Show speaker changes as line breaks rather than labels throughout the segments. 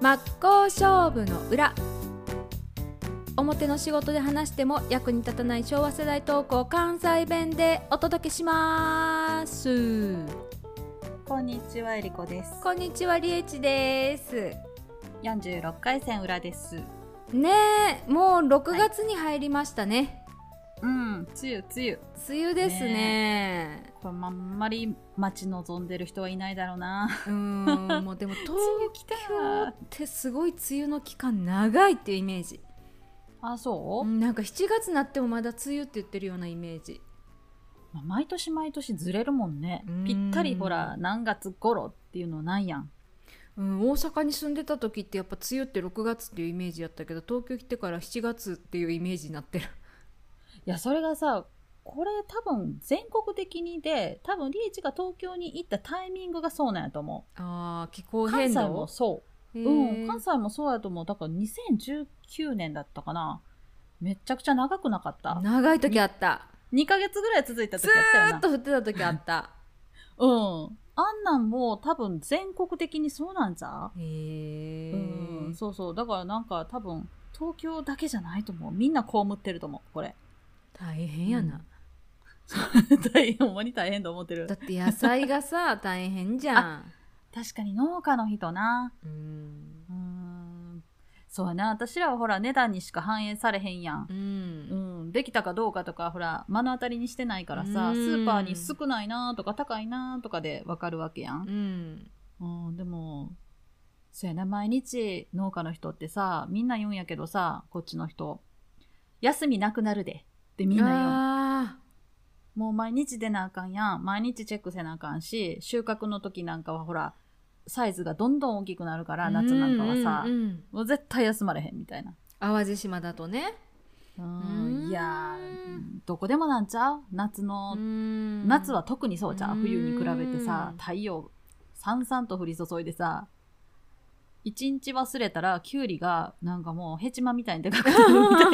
真っ向勝負の裏表の仕事で話しても役に立たない昭和世代トークを関西弁でお届けします
こんにちは、えりこです。
こんにちはりえちです
46回戦裏です。
ねえもう6月に入りましたね、
うん、梅雨、梅雨。
梅雨ですね
これ、まあんまり待ち望んでる人はいないだろうな。
うーんもうで も東
雨来た
京ってすごい梅雨の期間長いっていうイメージ
あ、そうう、
んなんか7月になってもまだ梅雨って言ってるようなイメージ
まあ毎年毎年ずれるもんね
うん。
ぴったりほら、何月頃っていうのないやん。
うん、大阪に住んでた時ってやっぱ梅雨って6月っていうイメージやったけど東京来てから7月っていうイメージになってる
いや、それがさ、これ多分全国的にで、多分リーチが東京に行ったタイミングがそうなんやと思
あー気候
う。関
変
西も
動
そう。
へ
うん、
ー
関西もそうやと思う。だから2019年だったかな。めちゃくちゃ長くなかった。
長い時あった
2ヶ月ぐらい続いた
ず
時あったよ
ー
な
っ。と降ってた時あった
うん。あんなんも多分全国的にそうなんじゃ
へえ、
うん。そうそう。だからなんか多分東京だけじゃないと思う。みんな被ってると思 う。これ。
大変やな、
大変、ほんまに大変と思ってる
だ。って野菜が さ大変じゃん
確かに農家の人な。
うん
うん。そうやな。私らはほら値段にしか反映されへんやん。
う
うんん、できたかどうかとかほら目の当たりにしてないから
う
さ
ん
スーパーに少ないなとか高いなとかでわかるわけや、
うんん
うん、でもそうやな毎日農家の人ってさみんな言うんやけどさこっちの人休みなくなるでってみんな言う
あ
もう毎日出なあかんやん毎日チェックせなあかんし収穫の時なんかはほらサイズがどんどん大きくなるか
ー
ら夏なんかはさ、
うんうんうん
もう絶対休まれへんみたいな
淡路島だとね
うん
うん
いやーどこでもなんちゃう夏の夏
夏
は特にそうじゃん、
うん
冬に比べてさ
うん
太陽さんさんと降り注いでさ一日忘れたらキュウリがなんかもうヘチマみたいにでかくなるみたい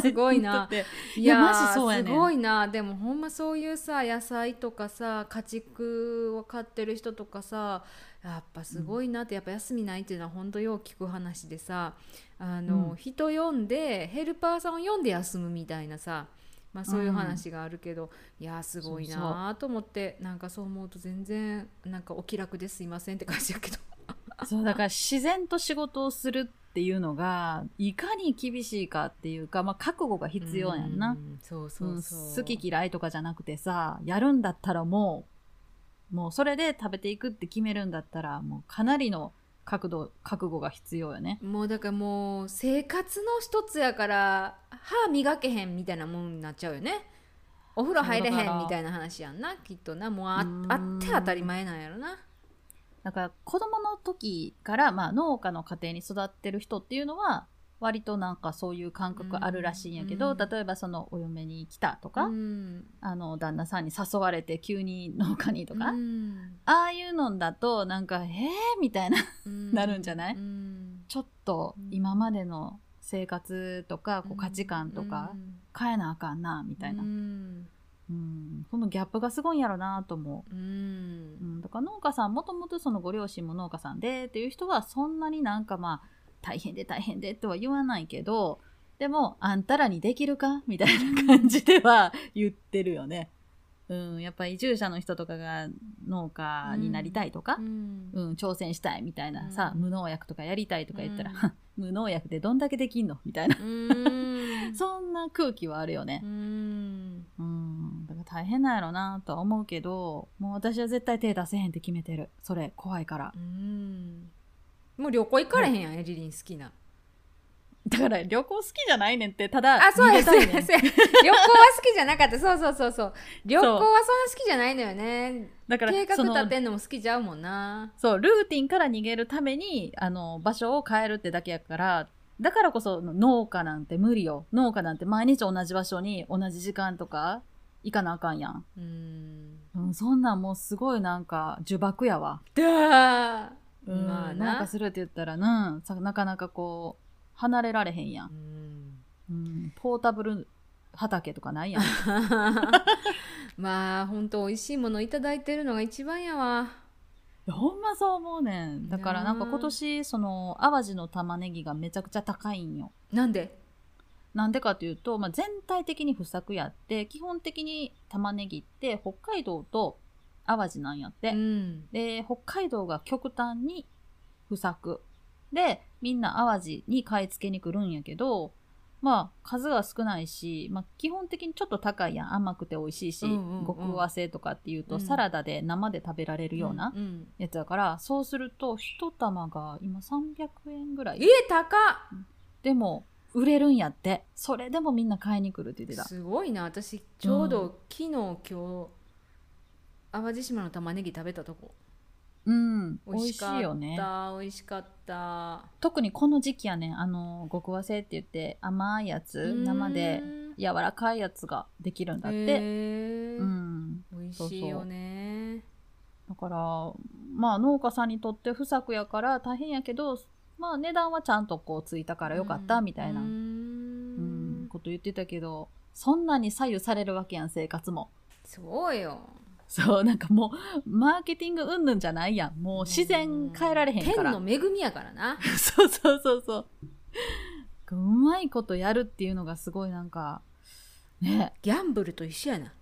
すごいな
人って
い
いや
や
マジそうやねん
すごいなでもほんまそういうさ野菜とかさ家畜を飼ってる人とかさやっぱすごいなって、やっぱ休みないっていうのはほんとよう聞く話でさあの、
うん
人呼んでヘルパーさんを呼んで休むみたいなさまあそういう話があるけど、いやすごいなと思ってなんかそう思うと全然なんかお気楽ですいませんって感じやけど
そうだから自然と仕事をするっていうのがいかに厳しいかっていうか、まあ、覚悟が必要やんな
う、んそうそうそう、
うん好き嫌いとかじゃなくてさやるんだったらもうもうそれで食べていくって決めるんだったらもうかなりの角度覚悟が必要よね
もうだからもう生活の一つやから歯磨けへんみたいなもんになっちゃうよねお風呂入れへん
そうだから
みたいな話やんなきっとなもうあ
うーん
あって当たり前なんやろな
だから子供の時から、まあ、農家の家庭に育ってる人っていうのは割となんかそういう感覚あるらしいんやけど、
うん
例えばそのお嫁に来たとか、
うん
あの旦那さんに誘われて急に農家にとか、
うん
ああいうのだとなんか「えー?」みたいな
うん
なるんじゃない
うん
ちょっと今までの生活とかこう価値観とか
うん
変えなあかんなみたいな、
う
うん
ん
このギャップがすごいんやろなと思う。
う
うんん、だから農家さんもともとそのご両親も農家さんでっていう人はそんなになんかまあ大変で大変でとは言わないけどでもあんたらにできるかみたいな感じでは言ってるよね。うん、やっぱ移住者の人とかが農家になりたいとか
う、ん
うん挑戦したいみたいなさ、
うん
無農薬とかやりたいとか言ったら、
う
無農薬でどんだけできんのみたいな、
うん
そんな空気はあるよね
う。ん
うん、だから大変なんやろなとは思うけどもう私は絶対手出せへんって決めてるそれ怖いから
うんもう旅行行かれへんやんエリリン好きな
だから旅行好きじゃないねんってただ
あ、そうや、
逃
そう
げ
や、
たい
そう
ねん
や。旅行は好きじゃなかった。そうそうそうそう。旅行はそんな好きじゃないのよね。
だから
計画
その
立てんのも好きちゃうもんな。
そうルーティンから逃げるためにあの場所を変えるってだけやからだからこそ農家なんて無理よ農家なんて毎日同じ場所に同じ時間とか行かなあかんやん、
うん。
うん、そんなんもうすごいなんか呪縛やわ
だー
うん、
まあ
なん
な
か。するって言ったらうんさなかなかこう離れられへんやん
うん
うん、ポータブル畑とかないやん。
まあ、ほんと美味しいものいただいてるのが一番やわ。
やほんまそう思うねんだからなんか今年その淡路の玉ねぎがめちゃくちゃ高いんよ
なんで
なんでかというと、まあ、全体的に不作やって基本的に玉ねぎって北海道と淡路なんやって、
うん
で北海道が極端に不作でみんな淡路に買い付けに来るんやけどまあ数が少ないし、まあ、基本的にちょっと高いやん甘くて美味しいし、
うんうんうん
極和製とかっていうと、
うん
サラダで生で食べられるような
うんうん
やつだから、そうすると一玉が今300円ぐら
え
い
ー、高っ
でも売れるんやってそれでもみんな買いに来るって言ってた
すごいな私ちょうど昨日、今日淡路島の玉ねぎ食べたとこ
うん
美
美
味
味
し
し
かった
いよね
美味しかった
特にこの時期やねあの極和製って言って甘いやつ生で柔らかいやつができるんだって、
え
うん、
美味しいよね
だからまあ農家さんにとって不作やから大変やけどまあ値段はちゃんとこうついたからよかったみたいな、
う
うん
ん
こと言ってたけどそんなに左右されるわけやん生活も
そうよ
そうなんかもうマーケティングうんぬんじゃないやんもう自然変えられへんから
天の恵みやからな
そうそうそうそううまいことやるっていうのがすごいなんかね
ギャンブルと一緒やな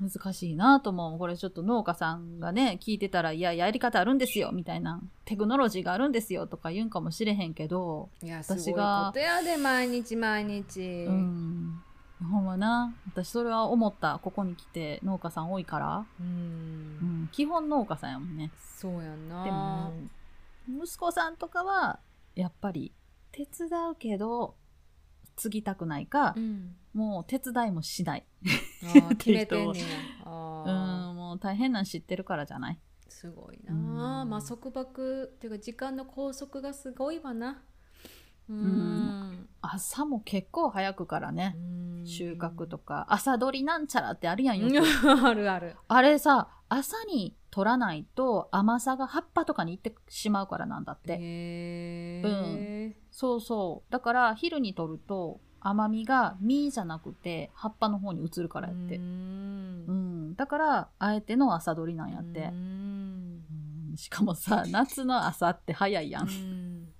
難しいなと思うこれちょっと農家さんがね聞いてたら「いややり方あるんですよ」みたいな「テクノロジーがあるんですよ」とか言うんかもしれへんけど
いやすごい
私
こ
が
とやで毎日毎日、
うんほんまな私それは思ったここに来て農家さん多いから、
う
うんん、基本農家さんやもんね
そうやんな
でも息子さんとかはやっぱり手伝うけど継ぎたくないか
う、ん、
もう手伝いもしない
あー決めてん ねや
う
あ
ん
ー
もう大変なん知ってるからじゃない
すごいなあ、
うん
まあ束縛っていうか時間の拘束がすごいわなうーん
ん朝も結構早くからね、
うん
収穫とか朝取りなんちゃらってあるやんよく、
うん あるある
あれさ朝に取らないと甘さが葉っぱとかにいってしまうからなんだって、
へえ、
そうそうだから昼に取ると甘みが実じゃなくて葉っぱの方に移るからやって、
う
うん
ん
だからあえての朝取りなんやって、
うん
うんしかも さ夏の朝って早いやん、
うん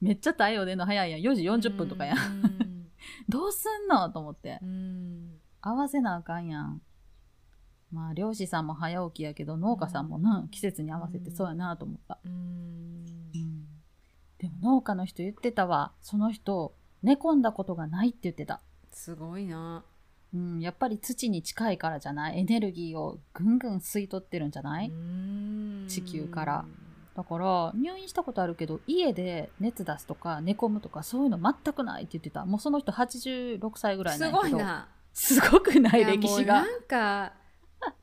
めっちゃ太陽出んの早いやん4時40分とかやん、
うん
どうすんのと思って、
うん
合わせなあかんやん。まあ漁師さんも早起きやけど農家さんもな、季節に合わせてそうやなと思った、
うん
でも農家の人言ってたわその人寝込んだことがないって言ってた、
すごいな
うん、やっぱり土に近いからじゃないエネルギーをぐんぐん吸い取ってるんじゃない、
うん
地球からだから入院したことあるけど家で熱出すとか寝込むとかそういうの全くないって言ってたもうその人86歳ぐらいなん
す
やけど
ごいな
すごくないい
や
歴史
も
が
うなんか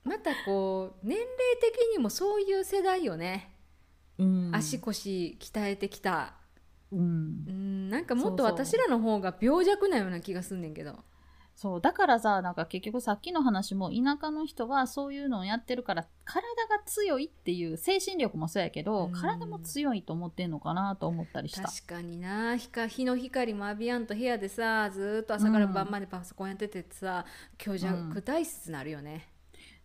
またこう年齢的にもそういう世代よね
うん
足腰鍛えてきた、
うん
うん、なんかもっと
そうそう
私らの方が病弱なような気がすんねんけど
そうだからさなんか結局さっきの話も田舎の人はそういうのをやってるから体が強いっていう精神力もそうやけど、
うん
体も強いと思ってんのかなと思ったりした
確かにな日か日の光も浴びやんと部屋でさずーっと朝から
うん
晩までパソコンやっててさ虚弱体質なるよね、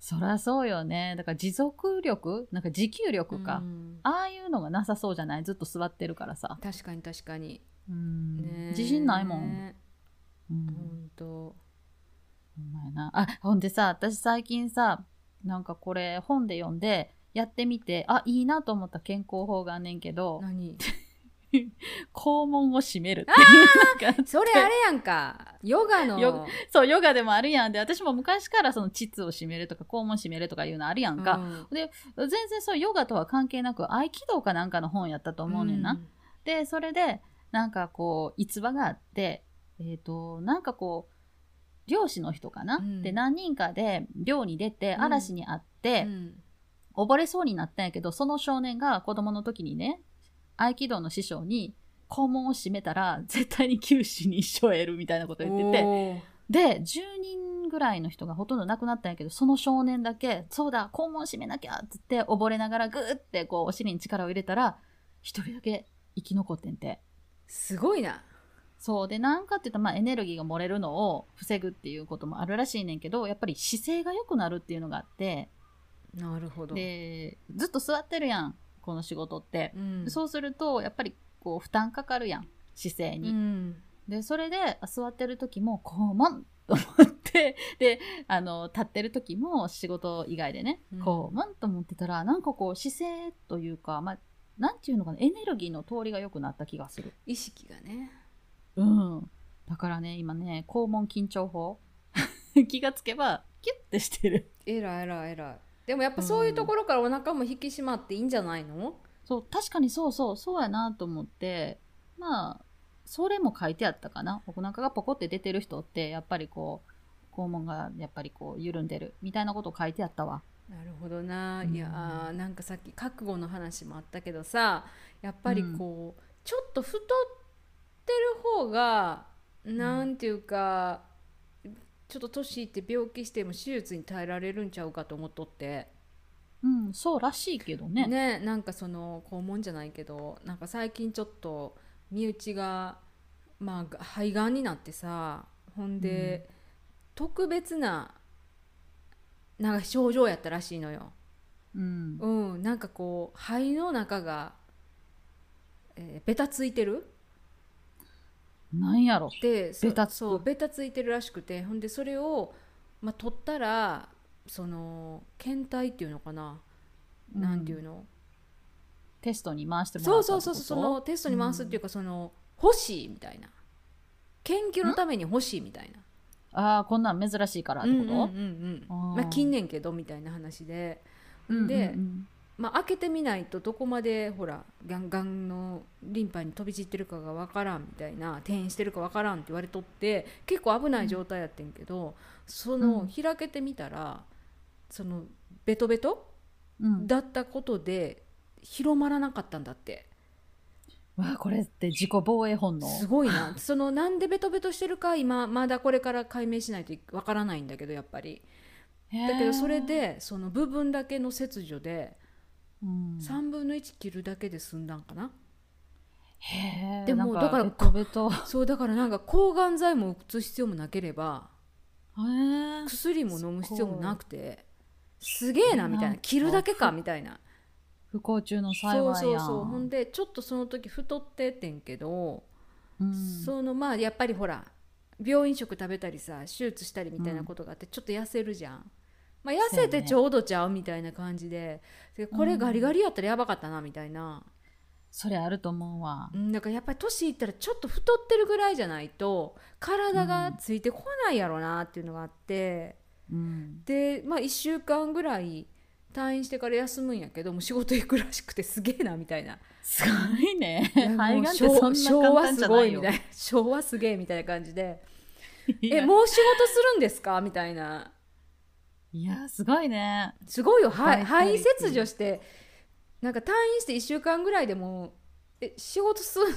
そりゃそうよねだから持続力なんか持久力か、
うん
ああいうのがなさそうじゃないずっと座ってるからさ、
確かに確かに、
うん
ね
自信ないもん、うん
本当
ほんまやなあほんでさ私最近さなんかこれ本で読んでやってみてあいいなと思った健康法があんねんけど
何
肛門を閉めるっていうなんか
それあれやんかヨガの
ヨそう、ヨガでもあるやんで、私も昔からその膣を締めるとか、肛門締めるとかいうのあるやんか。全然そう、ヨガとは関係なく、合気道かなんかの本やったと思うねんな。で、それで、なんかこう、逸話があって、えっ、と、なんかこう、漁師の人かな、
うん
で、何人かで漁に出て、
うん
嵐にあっ
う
て、
ん
溺れそうになったんやけど、その少年が子供の時にね、合気道の師匠に、肛門を締めたら、絶対に九死に一生を得るみたいなこと言ってて、
おー
で10人ぐらいの人がほとんど亡くなったんやけどその少年だけ「そうだ肛門閉めなきゃ」っつって溺れながらグーってこうお尻に力を入れたら一人だけ生き残ってんて
すごいな
そうでなんかって言ったら、まあ、エネルギーが漏れるのを防ぐっていうこともあるらしいねんけどやっぱり姿勢が良くなるっていうのがあって
なるほど。
でずっと座ってるやんこの仕事って、
うん、
そうするとやっぱりこう負担かかるやん姿勢
う
に、
ん
でそれであ座ってる時も肛門と思って であの立ってる時も仕事以外でね
うん
肛門と思ってたらなんかこう姿勢というかまあなんていうのかなエネルギーの通りが良くなった気がする
意識がね。
うんだからね今ね肛門緊張法 気がつけばキュッてしてる
えらいえらいえらい。でもやっぱそういうところからお腹も引き締まっていいんじゃないの？
そう確かにそうそうそうやなと思ってまあそれも書いてあったかなお腹がポコって出てる人ってやっぱりこう肛門がやっぱりこう緩んでるみたいなこと書いてあったわ
なるほどな、
うん
いやーなんかさっき覚悟の話もあったけどさやっぱりこう、ちょっと太ってる方がなんていうか、ちょっと年いって病気しても手術に耐えられるんちゃうかと思っとって
うんそうらしいけどね
ねなんかその肛門じゃないけどなんか最近ちょっと身内が、まあ、肺がんになってさほんで、特別ななんか症状やったらしいのよ。
うん
うん、なんかこう肺の中が、えーベタついてる
なんやろ
でそ
ベタつく
そうベタついてるらしくてほんでそれを、まあ、取ったらその検体っていうのかな、なんていう
の
の
テストに回してもら
そう
っ
そ
たっ
う
て
そ
こ
うそう
と
そのテストに回すっていうか、その欲しいみたいな研究のために欲しいみたいな
ああこんなん珍しいからってこと、
うんうんうんうん
あ
ま
ー
あ近年けどみたいな話で
うんうんうん
でまあ、開けてみないとどこまでほらがんがんのリンパに飛び散ってるかがわからんみたいな転移してるかわからんって言われとって結構危ない状態やってんけど、その
うん
開けてみたらそのベトベト
うん
だったことで広まらなかったんだって
わあこれって自己防衛本能
すごいな そのなんでベトベトしてるか今まだこれから解明しないとわからないんだけどやっぱりだけどそれ、でその部分だけの切除で
へーうん、
3分の1切るだけで済んだんかな
へえ
でも
なん
だから
ベトベトへ
そうだからなんか抗がん剤も打つ必要もなければ
え
薬も飲む必要もなくてすげえなみたいな切るだけかみたいな
不幸中の幸いやん
そうそうそうほんでちょっとその時太っててんけど、
うん
そのまあやっぱりほら病院食食べたりさ手術したりみたいなことがあってちょっと痩せるじゃん、まあ、痩せてちょうどちゃうみたいな感じででこれガリガリやったらやばかったなみたいな、
それあると思うわ
うん、だからやっぱり年いったらちょっと太ってるぐらいじゃないと体がついてこないやろなっていうのがあって、
うん
で、まあ、1週間ぐらい退院してから休むんやけどもう仕事行くらしくてすげえなみたい な
すごいね
いや
肺
もう
がんって
昭
そんな
昭
簡
和
単じ
す
ゃ
ご
ないい
み
よ
たいな昭和すげえみたいな感じで
い
え
や
もう仕事するんですかみたいない
やすごいね
すごいよ
大
肺
体
肺切除してなんか退院して1週間ぐらいでもうえ仕事すんのっ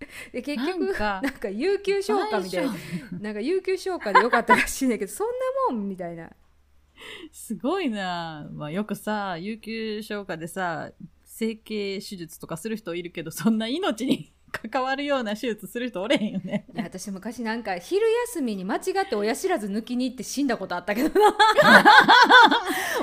てで結局
なんか
なんか有給消化みたいな
大丈
なんか有給消化でよかったらしいんだけどそんなもんみたいな
夫すごいな、まあ、よくさ有給消化でさ整形手術とかする人いるけどそんな命に 関わるような手術する人おれへんよね
いや私昔なんか昼休みに間違って親知らず抜きに行って死んだことあったけど な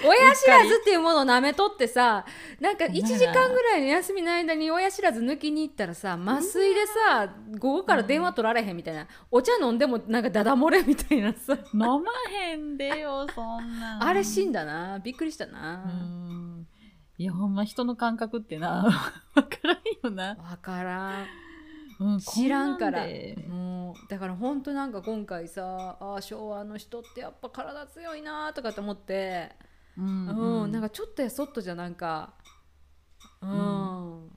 親知らずっていうものを舐めとってさなんか1時間ぐらいの休みの間に親知らず抜きに行ったらさ麻酔でさ午後から電話取られへんみたいなお茶飲んでもなんかダダ漏れみたいなさ
飲まへんでよそんなん
あれ死んだなびっくりしたな
うんいやほんま人の感覚ってな わからんよな、
わからん
う
知らんから
こなで
もうだからほんとなんか今回さあー昭和の人ってやっぱ体強いなーとかと思って、
うん
うん
うん
なんかちょっとやそっとじゃなんかうん、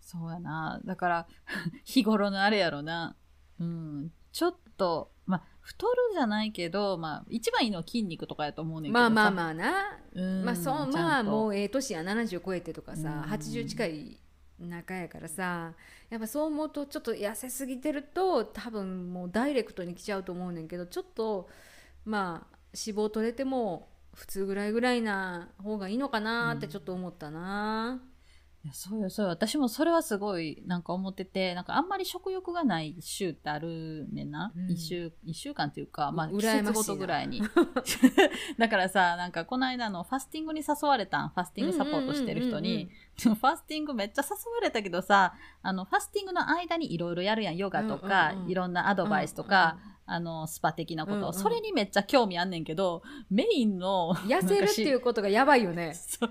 そうやな。だから、 日頃のあれやろな。うん。ちょっと、まあ、太るじゃないけど、まあ、一番いいのは筋肉とかやと思うねんけど
まあまあ
あ。
まあな、
うん
まあそうまあも
う。
うええ年や70超えてとかさ、
うん
80近い中やからさやっぱそう思うとちょっと痩せすぎてると多分もうダイレクトに来ちゃうと思うねんけどちょっとまあ脂肪取れても普通ぐらいぐらいな方がいいのかなってちょっと思ったな、
いいやそうよそうよ私もそれはすごいなんか思っててなんかあんまり食欲がない週ってあるねんな、
うん
一週一週間というか、まあ、
う羨
季
ましいな
節ごとぐら いにだからさなんかこの間のファスティングに誘われたんファスティングサポートしてる人にでもファスティングめっちゃ誘われたけどさあのファスティングの間にいろいろやるやんヨガとか、
うんうんうん
いろんなアドバイスとか、あのスパ的なこと、
うんうん
それにめっちゃ興味あんねんけどメイ ンの
うんうんうん痩せるっていうことがやばいよね
そう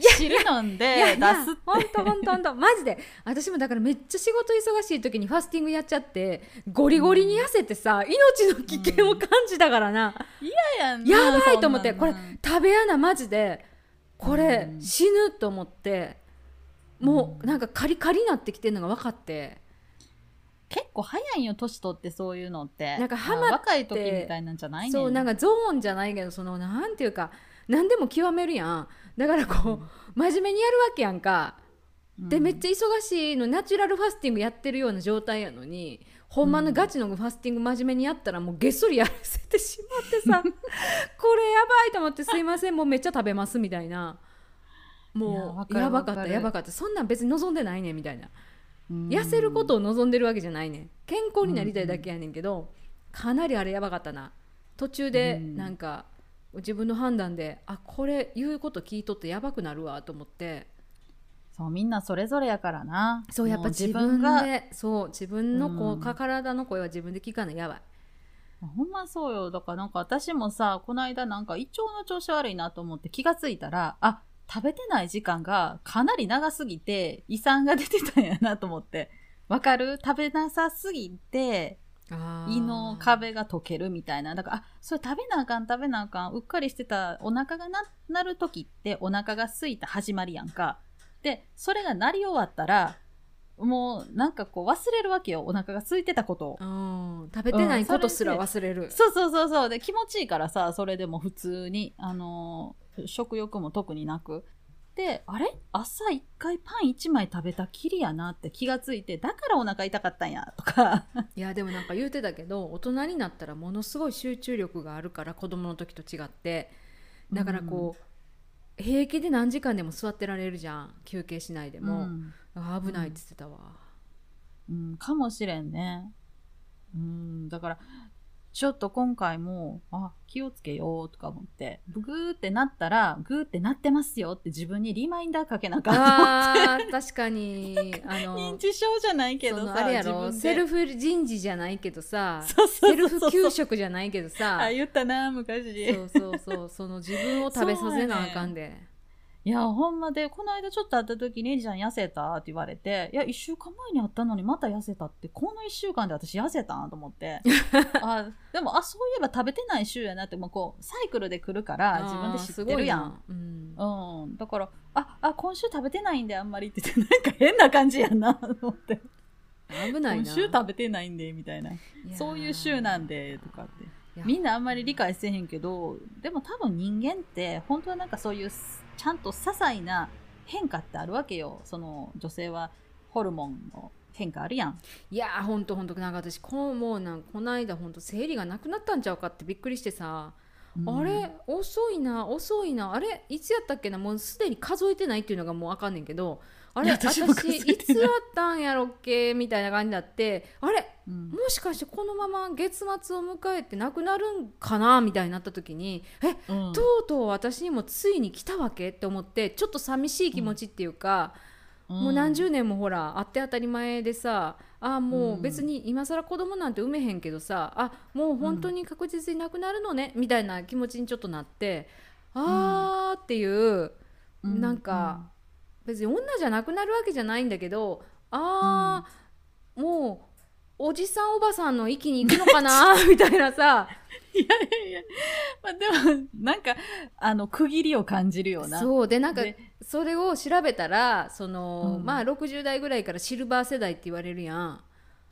いや
汁飲ん
いや
で
い
出
や
す
ほんとほんとほんとマジで私もだからめっちゃ仕事忙しい時にファスティングやっちゃってゴリゴリに痩せてさ命の危険を感じたからな、
やんな
やば
そん
い
な
と思って
ん
これ食べ穴マジでこれ
うん
死ぬと思っても
う
うんなんかカリカリになってきてるのが分かって
結構早いんよ年取ってそういうのって
なんかハマって
まあ若い時みたいなんじゃないね
そうなん
か
かゾーンじゃないけどそのなんていうか何でも極めるやんだからこう真面目にやるわけやんかでめっちゃ忙しいのナチュラルファスティングやってるような状態やのにほんまのガチのファスティング真面目にやったらもうげっそりやらせてしまってさ これやばいと思ってすいませんもうめっちゃ食べますみたいなもう
いや
やばかっ
わかるわか
た
る
やばかったそんなん別に望んでないねんみたいな
うん
痩せることを望んでるわけじゃないねん健康になりたいだけやねんけどかなりあれやばかったな途中で
うん
なんか自分の判断であこれ言うこと聞いとってやばくなるわと思って。
そうみんなそれぞれやからな
そうやっ
も
ぱ自分でそう自分のこう、
うん
か体の声は自分で聞かないやばい
ほんまそうよだからなんか私もさこの間なんか胃腸の調子悪いなと思って気がついたらあ食べてない時間がかなり長すぎて胃酸が出てたんやなと思ってわかる食べなさすぎて胃の壁が溶けるみたいなだからあそれ食べなあかん食べなあかんうっかりしてたお腹がななる時ってお腹が空いた始まりやんかでそれがなり終わったらもうなんかこう忘れるわけよお腹が空いてたことを
うん食べてないことすら忘れる、
そうそうそうそうで気持ちいいからさそれでも普通に、あのー食欲も特になくであれ朝一回パン一枚食べたきりやなって気がついてだからお腹痛かったんやとか
いやでもなんか言うてたけど大人になったらものすごい集中力があるから子供の時と違ってだからこう、平気で何時間でも座ってられるじゃん休憩しない で
もう、
も、あ危ないって言ってたわ、
うん、かもしれんね。うん、だから、ちょっと今回も、あ、気をつけようとか思って、ブグーってなったら、グーってなってますよって自分にリマインダーかけなあかった。
あー確かにあ
認
の
知症じゃないけ
そ
ど
の
さ、
あれやろ
自分で
セルフ人事じゃないけどさ
そうそ
セ
うそ
ル
うそ
フ
う
給食じゃないけどさ
あ、言ったな、昔。
そうそうそうその自分を食べさせなあかんで、
いや、ほんまで、この間ちょっと会った時に、えりちゃん痩せたって言われて、いや、一週間前に会ったのにまた痩せたって、この一週間で私痩せたんと思って。 あでも、あ、そういえば食べてない週やなって、もうこう、サイクルで来るから、自分で知ってるやん。
あー、すごいな
うん、だから、あ、あ、今週食べてないんで、あんまりって言って、なんか変な感じやな、と思って。
うん、危ないな
今週食べてないんで、みたいな。
やー
そういう週なんで、とかって。
いや
みんなあんまり理解せへんけど、でも多分人間って、本当はなんかそういう、ちゃんと些細な変化ってあるわけよ。その、女性はホルモンの変化あるやん。
いやーほんとほんとなんか私こうもうなんこの間ほんと生理がなくなったんちゃうかってびっくりしてさ、あれ遅いな遅いなあれいつやったっけなもうすでに数えてないっていうのがもうあかんねんけどあれ
いや
私
私も数えてない
いつやったんやろっけみたいな感じになってあれ
うん、
もしかしてこのまま月末を迎えてなくなるんかなみたいになった時にえ
うん
とうとう私にもついに来たわけって思ってちょっと寂しい気持ちっていうか、もう何十年もほらあって当たり前でさあーもううん別に今更子供なんて産めへんけどさあもう本当に確実になくなるのね、みたいな気持ちにちょっとなってあーっていう
う
なんか、別に女じゃなくなるわけじゃないんだけどあー、もうおじさんおばさんの域に行くのかな みたいなさ
いやいやいや、まあ、でも、なんか、あの、区切りを感じるような。
そうでなんか
で
それを調べたらその、
うん
まあ60代ぐらいからシルバー世代って言われるやん、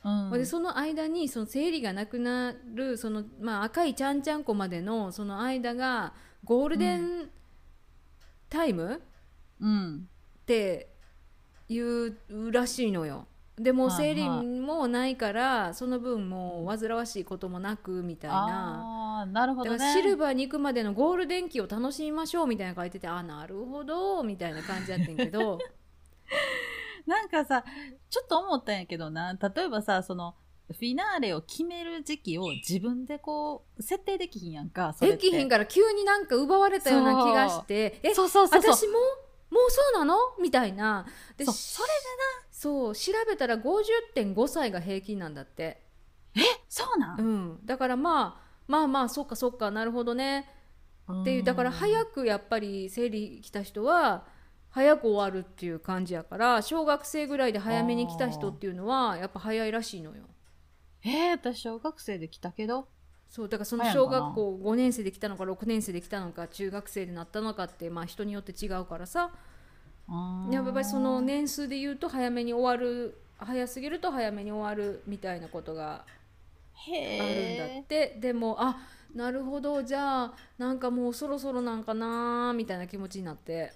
うん
でその間にその生理がなくなるその、まあ、赤いちゃんちゃんこまでのその間がゴールデンタイム
うん。
っていうらしいのよでもう
はいは
生
い
理もないからその分もう煩わしいこともなくみたいな。
ああー、なるほ
だ
ど
から
ね。
シルバーに行くまでの ゴールデン期を楽しみましょうみたいなの書いててあなるほどみたいな感じやってんけど
なんかさ、ちょっと思ったんやけどな、例えばさ、その、フィナーレを決める時期を自分でこう、設定できひんやんか、それっ
で
て。
きひんから急になんか奪われたような気がしてえ
そうそうそうそう。
私ももうそうなのみたいなで
そう
しそう調べたら50.5歳が平均なんだって、
そうな
うんん、だからまあまあまあそっかそっかなるほどねっていうだから早
く。
くやっぱり生理来た人は早く終わるっていう感じやから小学生ぐらいで早めに来た人っていうのはやっぱ早いらしいのよ
えー、私小学生で来たけど。
そうだからその
早いの
小
かな
学校5年生で来たのか6年生で来たのか中学生になったのかってまあ人によって違うからさ
あー
やっぱりその。年数で言うと早めに終わる早すぎると早めに終わるみたいなことがあるんだ
へ
っ
え。
てでもあなるほどじゃあなんかもうそろそろなんかなーみたいな気持ちになって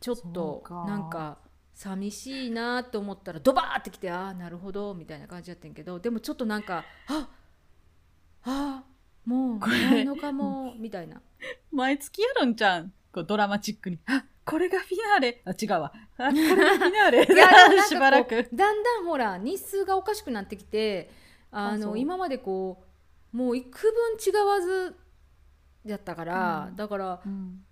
ちょっと
そうか
なんか寂しいなーと思ったらドバーってきてあーなるほどみたいな感じやってんけどでもちょっとなんかああーもう
これ
ないのかもみたいな
毎月やるんじゃん。こうドラマチックに。あ、これがフィナーレ。あ、違うわ。あ、これがフィナーレ。
いやでもなんかこう
しばらく。
だんだんほら日数がおかしくなってきてあ
あそ
の
う
今までこうもう幾分違わずやったから、
うん
だから
うん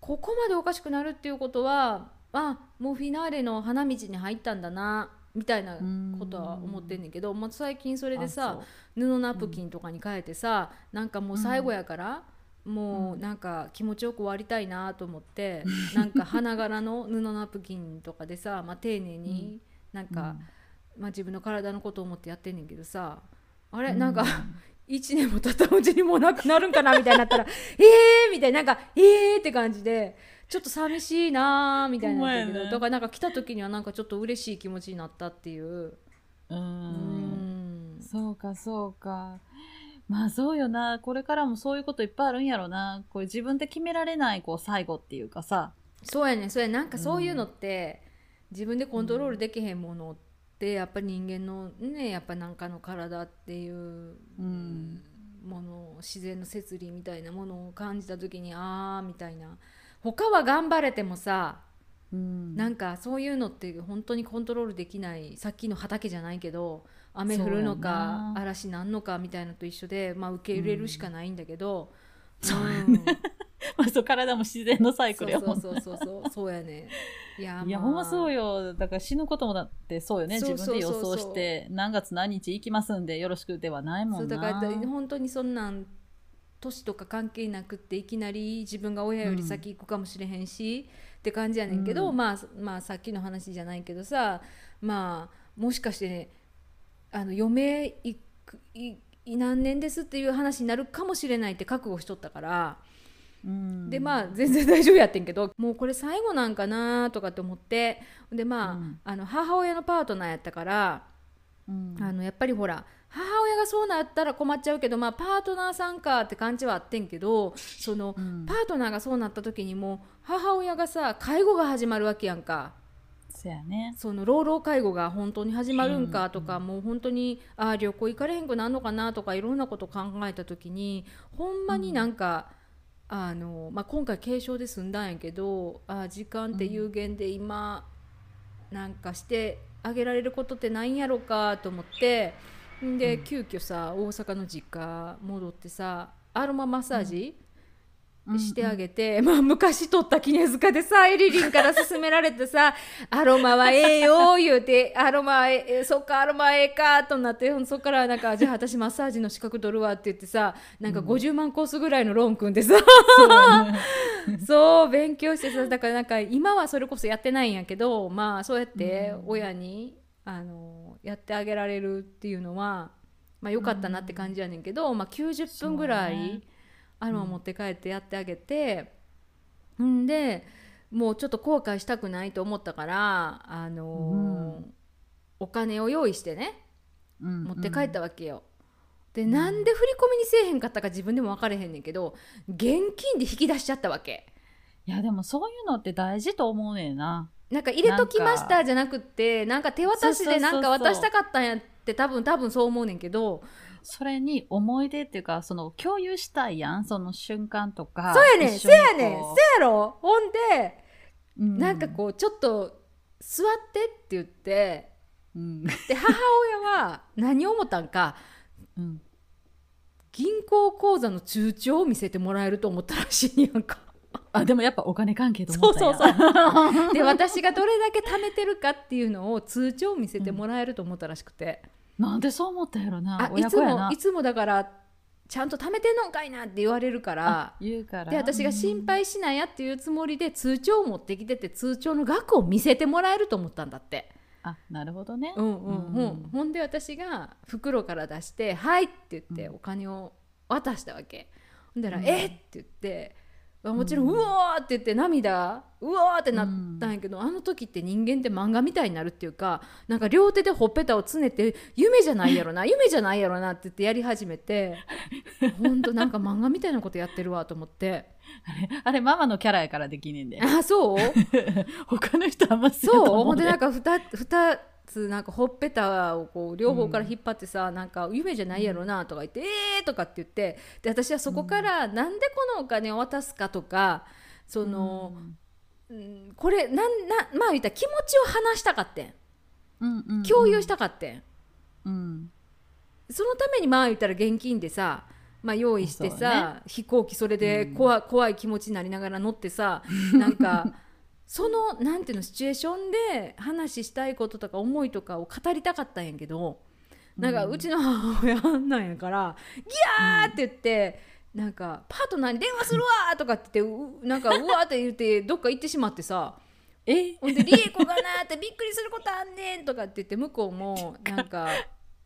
ここまでおかしくなるっていうことはあもうフィナーレの花道に入ったんだなみたいなことは思ってんねんけど、まあ、最近それでさ、布ナプキンとかに変えてさ、なんかもう最後やから、もうなんか気持ちよく終わりたいなと思って、なんか花柄 の布ナプキンとかでさ、まあ、丁寧になん
あそう
か、まあ、自分の体のことを思ってやってんねんけどさあ
う
れ
ん
なんか。1年も経ったうちにもうなくなるんかなみたいになったら 「えー!」みたいななんか「えー!」って感じでちょっと寂しいなーみたいになったけ
ほん
ど
まやな
だからなんか来た時にはなんかちょっと嬉しい気持ちになったっていう
う
う
んうん。
ん
そうかそうか。まあそうよな。これからもそういうこといっぱいあるんやろな。これ自分で決められないこう最後っていうかさ。
そうやねそうやねなんかそういうのって自分でコントロールできへんものってやっぱり人間のねやっぱなんかの体っていう
うん。
もの自然の摂理みたいなものを感じた時にあーみたいな他は頑張れてもさ
うん
なんかそういうのって本当にコントロールできないさっきの畑じゃないけど雨降るの
そうや
か
な
嵐なんのかみたいなのと一緒で、まあ、受け入れるしかないんだけど、
そうんまあそう体も自然のサイク
そ
ルや
う
もんな
そうそうそうそうやねいや,、
いやほんまそう
よ
よだから死ぬこともだってそうよね
そう
自分で予
そう
想
そう
して何月何日行きますんでよろしくではないも
そうんだ
な
から本当にそんなん年とか関係なくっていきなり自分が親より先行くかもしれへんし、って感じやねんけど、
うん
まあ、まあさっきの話じゃないけどさまあもしかしてねあの余命いくいい何年ですっていう話になるかもしれないって覚悟しとったから、
うん
でまあ全然大丈夫やってんけどもうこれ最後なんかなとかって思ってでまあ,、
うん
あの母親のパートナーやったから。
うん
あのやっぱりほら母親がそうなったら困っちゃうけど、まあ、パートナーさんかって感じはあってんけどその、
うん
パートナーがそうなった時にもう母親がさ介護が始まるわけやんか
そやね
その老老介護が本当に始まるんかとか、
う
もう本当にあー旅行行かれへんくなんのかなとかいろんなこと考えた時にほんまになんか、あのまあ、今回軽症で済んだんやけどあー時間って有限で今、なんかしてあげられることってないんやろかと思ってんで、
うん
急遽さ大阪の実家戻ってさアロママッサージ、してあ
て、
げて、 まあ、昔取った絹塚でさエリリンから勧められてさ 「アロマはええよ」言うて「アロマはええそっかアロマはええか」となってほんそっからなんか「じゃあ私マッサージの資格取るわ」って言ってさなんか
うん
50万コースぐらいのローン組んでさ、
そうやね
そう勉強してさだからなんか今はそれこそやってないんやけどまあそうやって
うん
親に、あのやってあげられるっていうのは、まあ、よかったなって感じやねんけど、まあ、90分ぐら
そうね
いアロマ持って帰ってやってあげて、んでもうちょっと後悔したくないと思ったから、あの
う
お金を用意してね
うん
持って帰った
わ
わけよ。でなんで振り込みにせえへんかったか自分でも分かれへんねんけど現金で引き出しちゃったわけ。
いやでもそういうのって大事と思うねんな
なんか入れときまし
なん
たじゃなくってなんか手渡し
そうそうそうそ
で
う
なんか渡したかったんやって多分多分そう思うねんけど
それに思い出っていうかその共有したいやんその瞬間とか
そうやねん
一
そ
緒に
やねんそ
こ
やろほんで
うう
なんかこうちょっと座ってって言って
うん
で母親は何を思ったんか
うん、
銀行口座の通帳を見せてもらえると思ったらしいんや んか。
あでもやっぱお金関係と
そ
思
う
ったん
そ
や
うそう。で私がどれだけ貯めてるかっていうのを通帳を見せてもらえると思ったらしくて、
なんでそう思ったんやろな
あい
親
つ
子や
も
ない
つもだからちゃんと貯めてんのんかいなって言われるから
あ。言うから
で私が心配しないやっていうつもりで通帳を持ってきてて通帳の額を見せてもらえると思ったんだって、
うんあなるほどね、
うんうんうん
うん
ほんで私が袋から出して「はい」って言って
うん
お金を渡したわけほんだら「
うん
えっ!」って言ってあもちろん「
うん
うわ!」って言って涙「うわ!」ってなったんやけど、あの時って人間って漫画みたいになるっていうかなんか両手でほっぺたをつねて「夢じゃないや ろな夢じゃないやろな」って言ってやり始めてほんとなんか漫画みたいなことやってるわと思って
あれあれママのキャラやからできねえんで
あそう
他の人あんません
そう
と思
ほ
うん
で
で
なんか 2, 二つなんかほっぺたをこう両方から引っ張ってさ、なんか夢じゃないやろなとか言って、ええーとかって言ってで私はそこからなんでこのお金を渡すかとかその、うんこれなんなまあ言ったら気持ちを話したかってん
うんうんうん
共有したかってん、
うん
そのためにまあ言ったら現金でさまあ用意して
そうだ
さ、飛行機それで
うん
怖,、怖い気持ちになりながら乗って さなんかそのなんていうのシチュエーションで話したいこととか思いとかを語りたかったんやけどなんか
うん
うちの母親なんやから「ギャー!」って言って、なんか「パートナーに電話するわ!」とかって言ってうなんか「うわ!」って言ってどっか行ってしまってさ
え
ほんで「リエコがな」って「びっくりすることあんねん」とかって言って向こうもなんか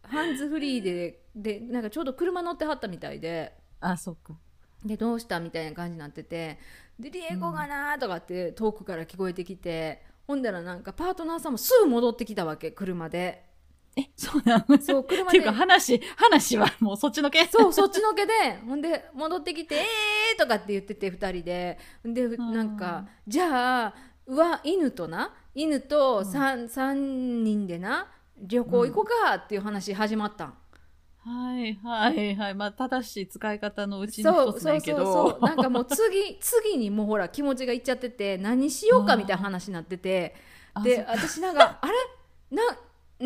ハンズフリーででなんかちょうど車乗ってはったみたいで。
あそっか
でどうしたみたいな感じになってて「でリエコがな」とかって遠くから聞こえてきて、ほんだらなんかパートナーさんもすぐ戻ってきたわけ車で
えそうなの
そう車
って
で
いうか話話はもうそっちのけ
そうそっちのけでほんで戻ってきて「えー!」とかって言ってて2人でで
ん
なんか「じゃあうわ犬とな犬と 3,、三人でな旅行行こうか」っていう話始まったん。
はいはいはいまあ正しい使い方のうち
そ
の一
う
つ
そ
なん
う
やけ
そう
ど
そうなんかもう次 次にもうほら気持ちがいっちゃってて何しようかみたいな話になってて
あそ
で私なんかあれな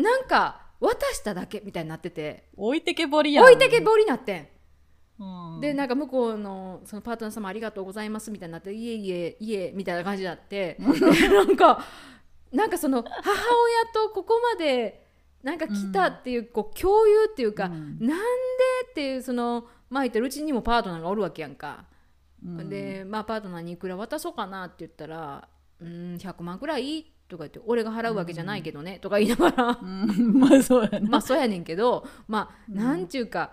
なんか渡しただけみたいになってて
置いてけぼりやん
置いてけぼりになってん。
うん
でなんか向こうのそのパートナー様ありがとうございますみたいになっていえいえいえみたいな感じになってでなんか なんかその母親とここまでなんか来たっていうこう共有っていうか、
うん
なんでっていうそのまあ言ってるうちにもパートナーがおるわけやんか、
うん
でまあパートナーにいくら渡そうかなって言ったら「うん100万くらい?」とか言って「俺が払うわけじゃないけどね」とか言いながら
うん まあそうやな
まあそうやねんけどまあ
うん
なんちゅうか、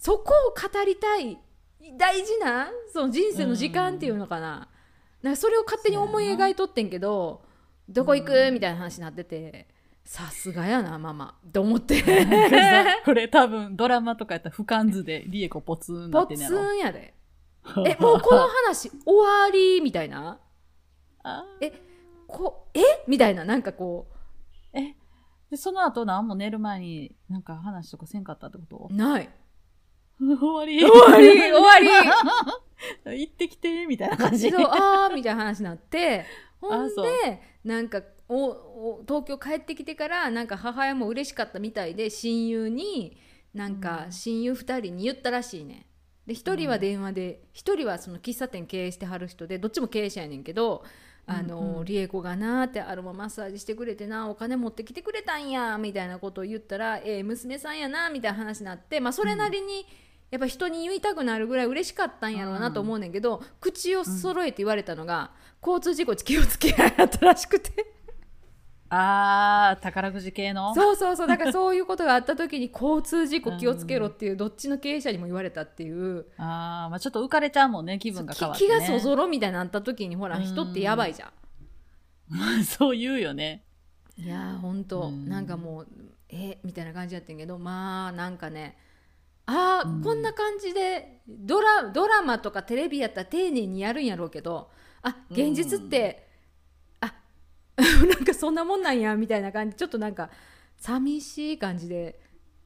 そこを語りたい大事なその人生の時間っていうのかな,、なんかそれを勝手に思い描いとってんけどどこ行く、みたいな話になっててさすがやなママと思って
なんかさこれ多分ドラマとかやったら俯瞰図でリエコポツンな
ポ
ってんねや
ツ
ろ。
ンやで えもうこの話終わりみたいな
あ
こえみたいななんかこ
えでその後何も寝る前になんか話とかせんかったってこと
うない
終わり
終わり終わり
り 行ってきてみたいな感じ
そうあーみたいな話になっ てほん
そう
でなんかおお東京帰ってきてからなんか母親も嬉しかったみたいで親友になんか
うん
親友2人に言ったらしいねで1人は電話で1人はその喫茶店経営してはる人でどっちも経営者やねんけど「あの
うんうん
リエコがな」って「アロママッサージしてくれてなお金持ってきてくれたんや」みたいなことを言ったら「ええ娘さんやな」みたいな話になって、まあ、それなりに、やっぱ人に言いたくなるぐらい嬉しかったんやろうなと思うねんけど、口を揃えて言われたのが、交通事故気をつけやったらしくて
あー宝くじ系の
そうそうそうだからそういうことがあった時 に交通事故気をつけろっていうどっちの経営者にも言われたっていう
あー、まあ、ちょっと浮かれちゃうもんね気分が
き
変わって、
気
ね、
がそぞろみたいになった時にほら
うん
人ってやばいじゃん。
まあ そう言うよね
いやーほんと
うん
なんかもうえみたいな感じやってんけどまあなんかねあー、
うん
こんな感じでドラドラマとかテレビやったら丁寧にやるんやろうけどあ現実って、あ なんかそんなもんなんやみたいな感じちょっとなんか寂しい感じで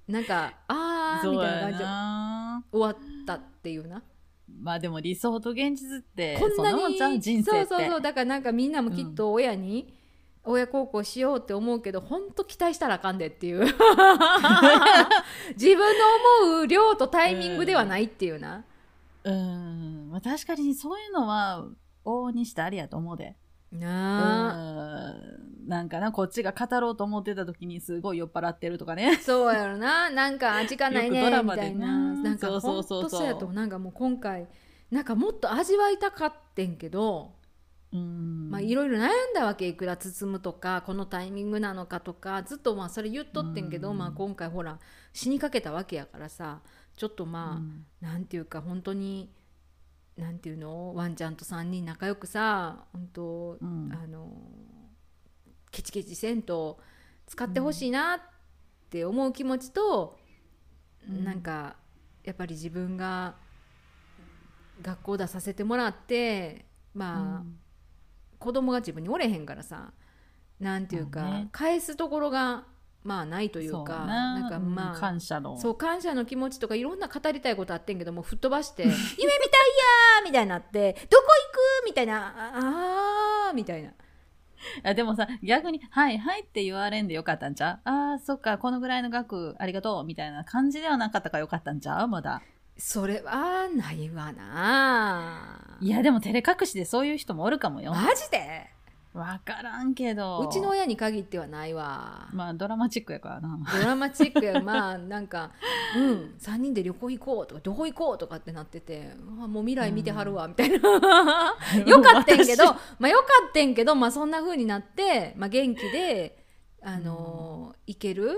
なんかあー
そ
み
う
たいな
や
感じで
な
終わったっていうな。
まあでも理想と現実って
こんな
そんなもん
に
じゃん人生って
そうそうそうだからなんかみんなもきっと親に、親孝行しようって思うけどほんと期待したらあかんでって いう自分の思う量とタイミングではないっていうな、
うん、まあ、確かにそういうのは往々にしてありやと思うでう
なあ、
んなんかなこっちが語ろうと思ってた時にすごい酔っ払ってるとかね
そうやろななんか時間ないね
よくドラ
み
マ
た
で
いな
な
なんかほ
そ
ん
うそうそう
と
そう
そうやと思うなんかもう今回なんかもっと味わいたかってんけど、
うん
まあいろいろ悩んだわけいくら包むとかこのタイミングなのかとかずっとまあそれ言っとってんけど、
うん
まあ今回ほら死にかけたわけやからさちょっとまあ、
うん
なんていうか本当になんていうのワンちゃんと3人仲良くさ本当、
うん
あのケチケチせんと使ってほしいなって思う気持ちと、
うん
なんかやっぱり自分が学校出させてもらってまあ、子供が自分におれへんからさなんていうか、
まあね
返すところがまあないという
そう
か
や
なんか
うん
まあ、
感謝の
そう感謝の気持ちとかいろんな語りたいことあってんけどもう吹っ飛ば して「夢見たいやー!」みたいになって「どこ行く?」みたいな「ああー」みたいな
あでもさ逆に「はいはい」って言われんでよかったんちゃうあーそっかこのぐらいの額ありがとうみたいな感じではなかったからよかったんちゃうまだ
それはないわない
やでも照れ隠しでそういう人もおるかもよ
マジで
わからんけど
うちの親に限ってはないわ、
まあドラマチックやからな
ドラマチックやまあなんか「うん3人で旅行行こう」とか「どこ行こう」とかってなってて「うわもう未来見てはるわ」みたいなよかったんけど
私
まあよかったんけどまあそんな風になって、まあ、元気であの行ける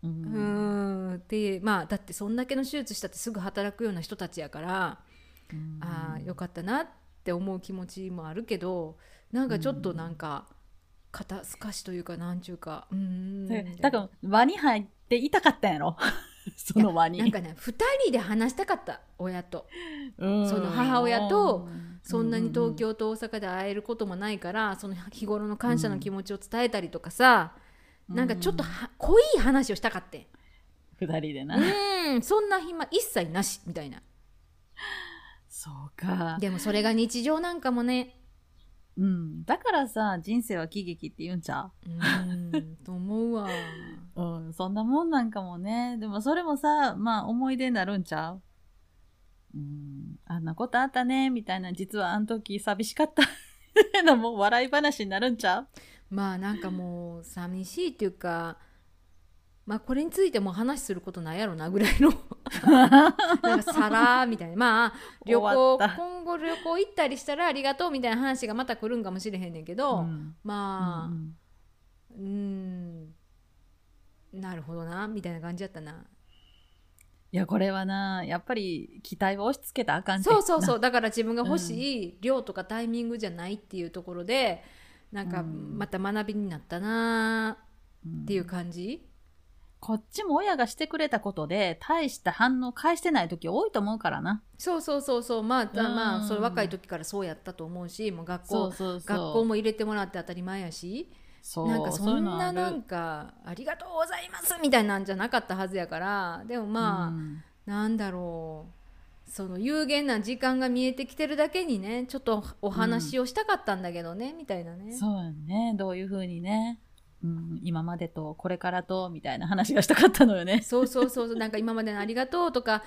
う
うんんってまあだってそんだけの手術したってすぐ働くような人たちやから、
うん
ああよかったなって思う気持ちもあるけどなんかちょっとなんか肩透かしというかなんちゅうかうん
でだから輪に入っていたかったんやろ その輪に
なんかね2人で話したかった親と
うん
その母親とそんなに東
う
京と大阪で会えることもないから、その日頃の感謝の気持ちを伝えたりとかさ、
うん
なんかちょっとは濃い話をしたかって
二人でな、
んうんそんな暇一切なしみたいな
そうか
でもそれが日常なんかもね
うんだからさ人生は喜劇って言うんちゃう
うんと思う わ
うん、そんなもんなんかもね。でもそれもさ、まあ思い出になるんちゃううん、あんなことあったね、みたいな、実はあの時寂しかった、 みたいな、もう笑い話になるんちゃう
まあなんかもう寂しいっていうかまあこれについてもう話することないやろなぐらいの なんかさらーみたいなまあ 旅行
終わった
今後旅行行ったりしたらありがとうみたいな話がまた来るんかもしれへんねんけど、
うん
ま
う
あ
ん
うんなるほどなみたいな感じやったない
や、これはな、やっぱり期待を押し付けたらあかん
そうそう
う。
そうだから自分が欲しい量とかタイミングじゃないっていうところでなんか
うん
また学びになったな
うん
っていう感じ、
こっちも親がしてくれたことで、大した反応返してない時多いと思うからな。
そうそうそうそうまあ、だ
うん
まあそれ若い時からそうやったと思うしもう学校
そうそうそう。
学校も入れてもらって当たり前やし
そう、
なんかそんなな
か、
んか「ありがとうございます」みたいなんじゃなかったはずやからでもまあ、
うん
なんだろうその有限な時間が見えてきてるだけにねちょっとお話をしたかったんだけどね、みたいなね
そうやね。どういうふうにね、うん、今までとこれからとみたいな話がしたかったのよね。
そうそうそうそうなんか今までのありがとうとか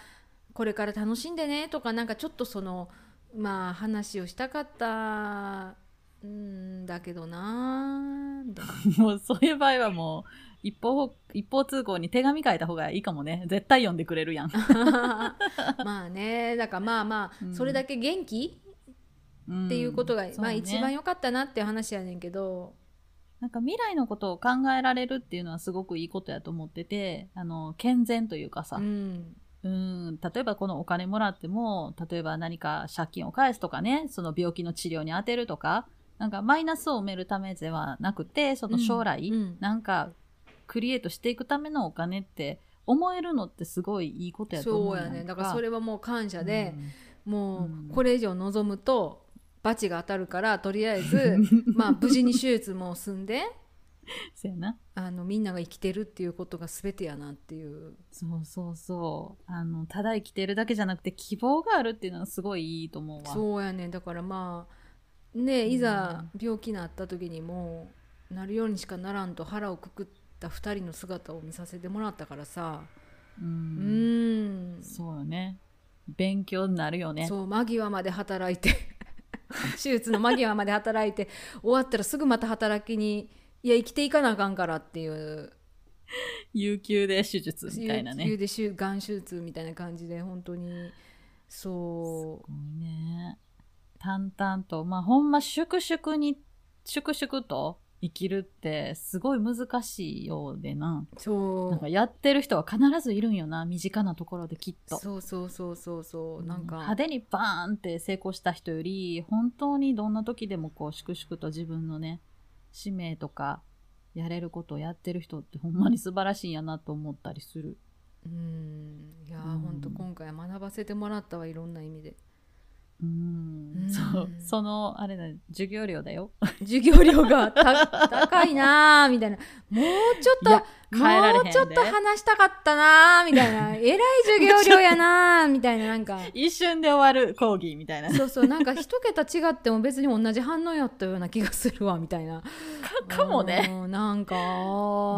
これから楽しんでねとかなんかちょっとそのまあ話をしたかったんだけどなみたい な
もうそういう場合はもう一方一方通行に手紙書いた方がいいかもね。絶対読んでくれるやん。
まあねだからまあま
う
あ
ん
それだけ元気
っ
っていうことが、まあ一番
よ。
良かったなっていう話やねんけど
なんか未来のことを考えられるっていうのはすごくいいことやと思ってて、あの健全というかさ、
うん
うん、例えばこのお金もらっても、例えば何か借金を返すとかね、その病気の治療に充てるとか、なんかマイナスを埋めるためではなくて、その将来、
うん
なんかクリエイトしていくためのお金って思えるのってすごいいいことやと思
そうう
よ
やねだからそれはもう感謝で、、も
うん
うこれ以上望むと罰が当たるからとりあえ ずまあ無事に手術も済んで
そうやな。
あのみんなが生きてるっていうことが全てやなっていう
そうそうそう。あの、ただ生きてるだけじゃなくて希望があるっていうのはすごいいいと思うわ。
そうやねだからまあね
うん
いざ病気になった時にもうなるようにしかならんと腹をくくった2人の姿を見させてもらったからさう
う、
んん
そうよね勉強になるよね
そう間際まで働いて 手術の間際まで働いて終わったらすぐまた働きにいや生きていかなあかんからっていう
有給で手術みたいなね
有給で手がん手術みたいな感じで本当にそ
すごいね淡々とまあほんま粛々に粛々と生きるってすごい難しいようでな
うそ
なん
う
かやってる人は必ずいるんよな身近なところできっと
そうそうそうそうそうなんか
派手にバーンって成功した人より本当にどんな時でもこう粛々と自分のね使命とかやれることをやってる人ってほんまに素晴らしいんやなと思ったりする
うんいやー
うん
ほんと今回は学ばせてもらったわいろんな意味で
うん
うん
そうそのあれだ授業料だよ
授業料が た高いなーみたいなもうちょっ
いや
と
変えられへん
も
で
うちょっと話したかったなーみたい なえらい授業料やなーみたいななんか
一瞬で終わる講義みたいな
そうそうなんか一桁違っても別に同じ反応やったような気がするわみたいな
かかもね
うんなんかあ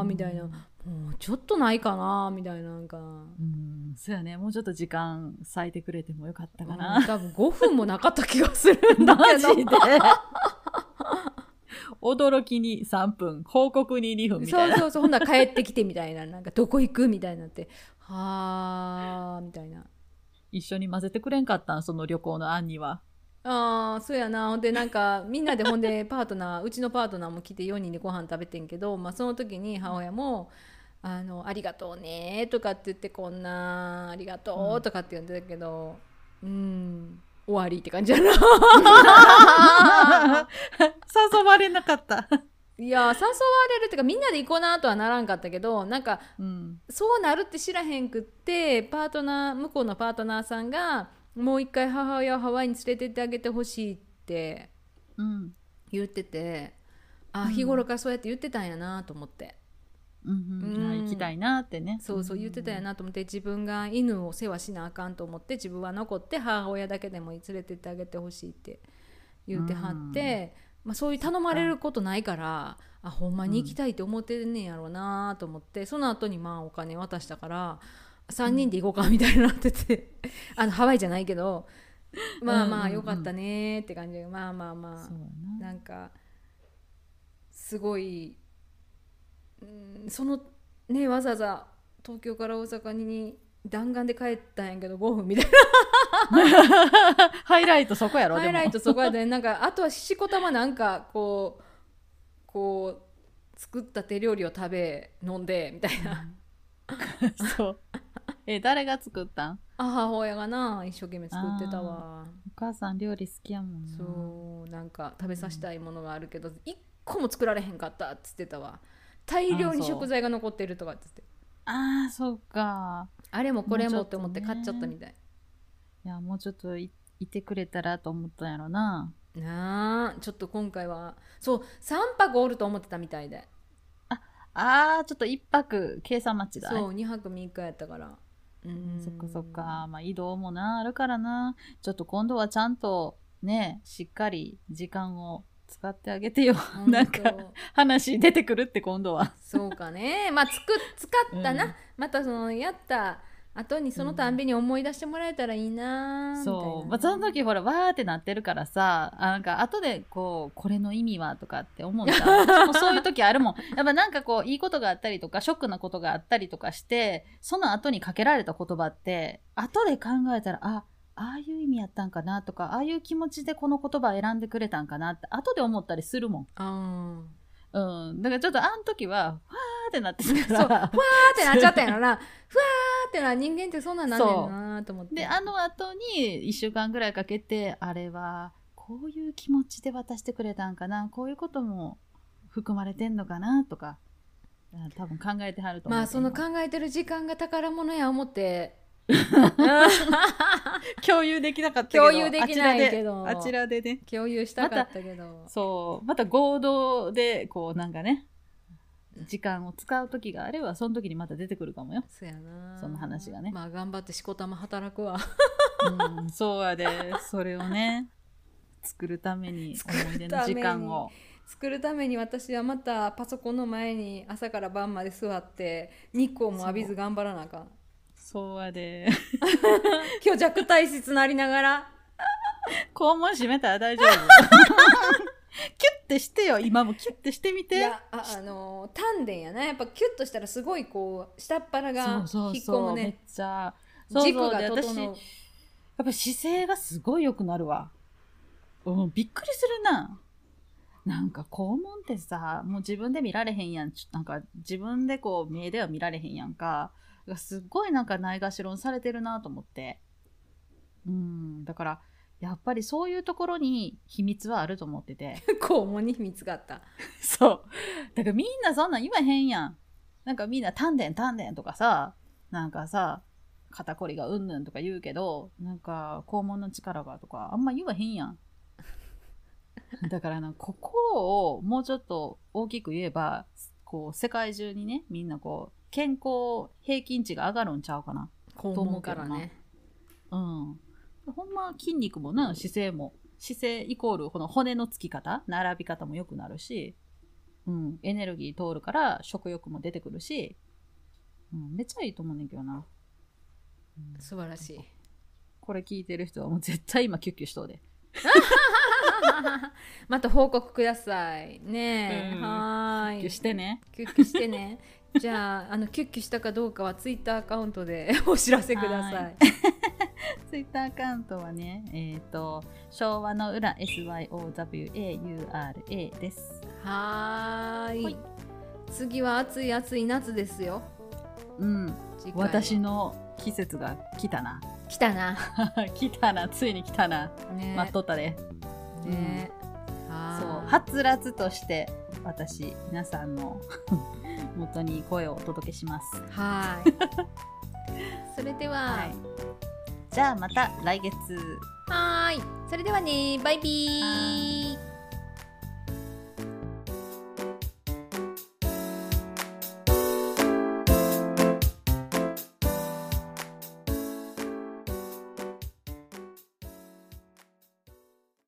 ーみたいなもうちょっとないかなーみたいななんか
うんそうやねもうちょっと時間割いてくれてもよかったか
うん
な、
多分5分もなかった気がするん だ
マ
け
ジ
ど
で驚きに3分報告に2分みた
そ
い
う
な
そうそうほんなら帰ってきてみたいななんかどこ行くみたいになってはあみたいな
一緒に混ぜてくれんかったんその旅行の案 には
あーそうやなほんでなんかみんなでほんでパートナーうちのパートナーも来て4人でご飯食べてんけど、まあ、その時に母親も「あのありがとうね」とかって言って「こんなありがと
う」
うんとかって言ってたけどうん終わりって感じやな
誘われなかった、
いや誘われるっていうかみんなで行こうなとはならんかったけどなんか
うん、
そうなるって知らへんくってパートナー向こうのパートナーさんがもう一回母親をハワイに連れてってあげてほしいって
うん
言っててあ、
うん
日頃からそうやって言ってたんやなと思って
うん
うん
まあ行きたいなってね
そうそう言ってたんや
な
なと思って自分が犬を世話しなあかんと思って自分は残って母親だけでも連れてってあげてほしいって言ってはって、まあ、そういう頼まれることないからあほんまに行きたいって思ってんねんやろうなと思ってその後にまあお金渡したから3人で行こうかみたいになっててあのハワイじゃないけどまあまあよかったねって感じでまあまあまあ。
そうやな
なんかすごい、うん、そのねわざわざ東京から大阪に弾丸で帰ったんやけど5分みたい
ハイライトそこやろ
な
でも
ハイライトそこやで なんかあとはしこたまなんかこうこう作った手料理を食べ飲んでみたいな、
そうえ誰が作ったん
あ母親がな一生懸命作ってたわ
お母さん料理好きやもんな
そうなんか食べさせたいものがあるけど1個も作られへんかったっつってたわ大量に
あそう
食材が残ってるとかっつって
ああそうか
あれもこれも
もう
って
ちょっと
思って
ね
買っちゃったみたい。
いやもうちょっといいてくれたらと思ったんやろな
なあちょっと今回はそう3泊おると思ってたみたいで
あーちょっと一泊計算待ちだ
そう2泊3日やったからうん
そっかそっかまあ移動もなあるからなちょっと今度はちゃんとねしっかり時間を使ってあげてよ
ほ
なんか
と
話出てくるって今度は
そうかねまあつく使ったな、
うん
またそのやった後にそのたんびに思い出してもらえたらいいなみたいな
そう、まあ、その時ほらわーってなってるからさあなんか後でこうこれの意味はとかって思うじ ゃん私もそういう時あるもんやっぱなんかこういいことがあったりとかショックなことがあったりとかしてその後にかけられた言葉って後で考えたらあああいう意味やったんかなとかああいう気持ちでこの言葉選んでくれたんかなって後で思ったりするもん、
あー
うん、だからちょっとあの時はわーってなってた
そう
から
ふわーってなっちゃったんやろ なふわーってな人間ってそんなんなんねんなと思って
であの後に1週間ぐらいかけてあれはこういう気持ちで渡してくれたんかなこういうことも含まれてんのかなとかあ多分考えてはると思う
まあその考
今
えてる時間が宝物や思 って
共有できなかったけど
共有できないけど
あちらであちらでね
共有したかったけど、
そうまた合同でこうなんかね時間を使う時があればその時にまた出てくるかもよ、
そやな
その話がね
まあ頑張ってしこたま働くわ
うん、そうやでそれをね作るために思い出の時間を
作るために私はまたパソコンの前に朝から晩まで座って日光も浴びず頑張らなあかん
そうやで。
今日弱体質なりながら
肛門閉めたら大丈夫。キュッてしてよ。今もキュッてしてみ
い
て。
やああのー丹田やな、やっぱキュッとしたらすごいこう下っ腹が引っ込む
めっ
ね
ちゃ。そう
軸
そう
が
で私、
整
や
う
っぱ姿勢がすごい良くなるわ。うん、びっくりするな。なんか肛門ってさ、もう自分で見られへんやん。ちょなんか自分でこう目では見られへんやんか。だからすっごいなんかないがしろにされてるなと思って。うん、だから、やっぱりそういうところに秘密はあると思ってて。
肛門に秘密があった
そう。だからみんなそんなん言わへんやん。なんかみんな丹田丹田とかさ、なんかさ、肩こりがうんぬんとか言うけど、なんか肛門の力がとかあんま言わへんや ん。だからな、ここをもうちょっと大きく言えば、こう世界中にね、みんなこう、健康平均値が上がるんちゃうかな。
肛門からね
うん。ほんま筋肉もな、姿勢も。姿勢イコールこの骨のつき方、並び方も良くなるし、うん、エネルギー通るから食欲も出てくるし、うん、めっちゃいいと思うねんけどな。うん
素晴らしい
これ聞いてる人はもう絶対今キュッキュしとうで。
また報告くださいねえ、
うん
は
キ
ー
ュッキュ
い
してね。
キュッキュしてね じゃああのキュッキュしたかどうかはツイッターアカウントで お知らせくださ
はいツイッターアカウントはね、えっ、と、昭和の裏 SYOWAURA です。
はーい
ほい
次は暑い暑い夏ですよ
うん、
次回は
私の季節が来たな。
来たな、
来たな、ついに来たな。
ね
待っとったで。
ね
そう
はーい
はつらつとして私皆さんの 元に声をお届けします、
はい。それで
は
は、
い、じゃあまた来月
はーい。それではね、バイビー。
は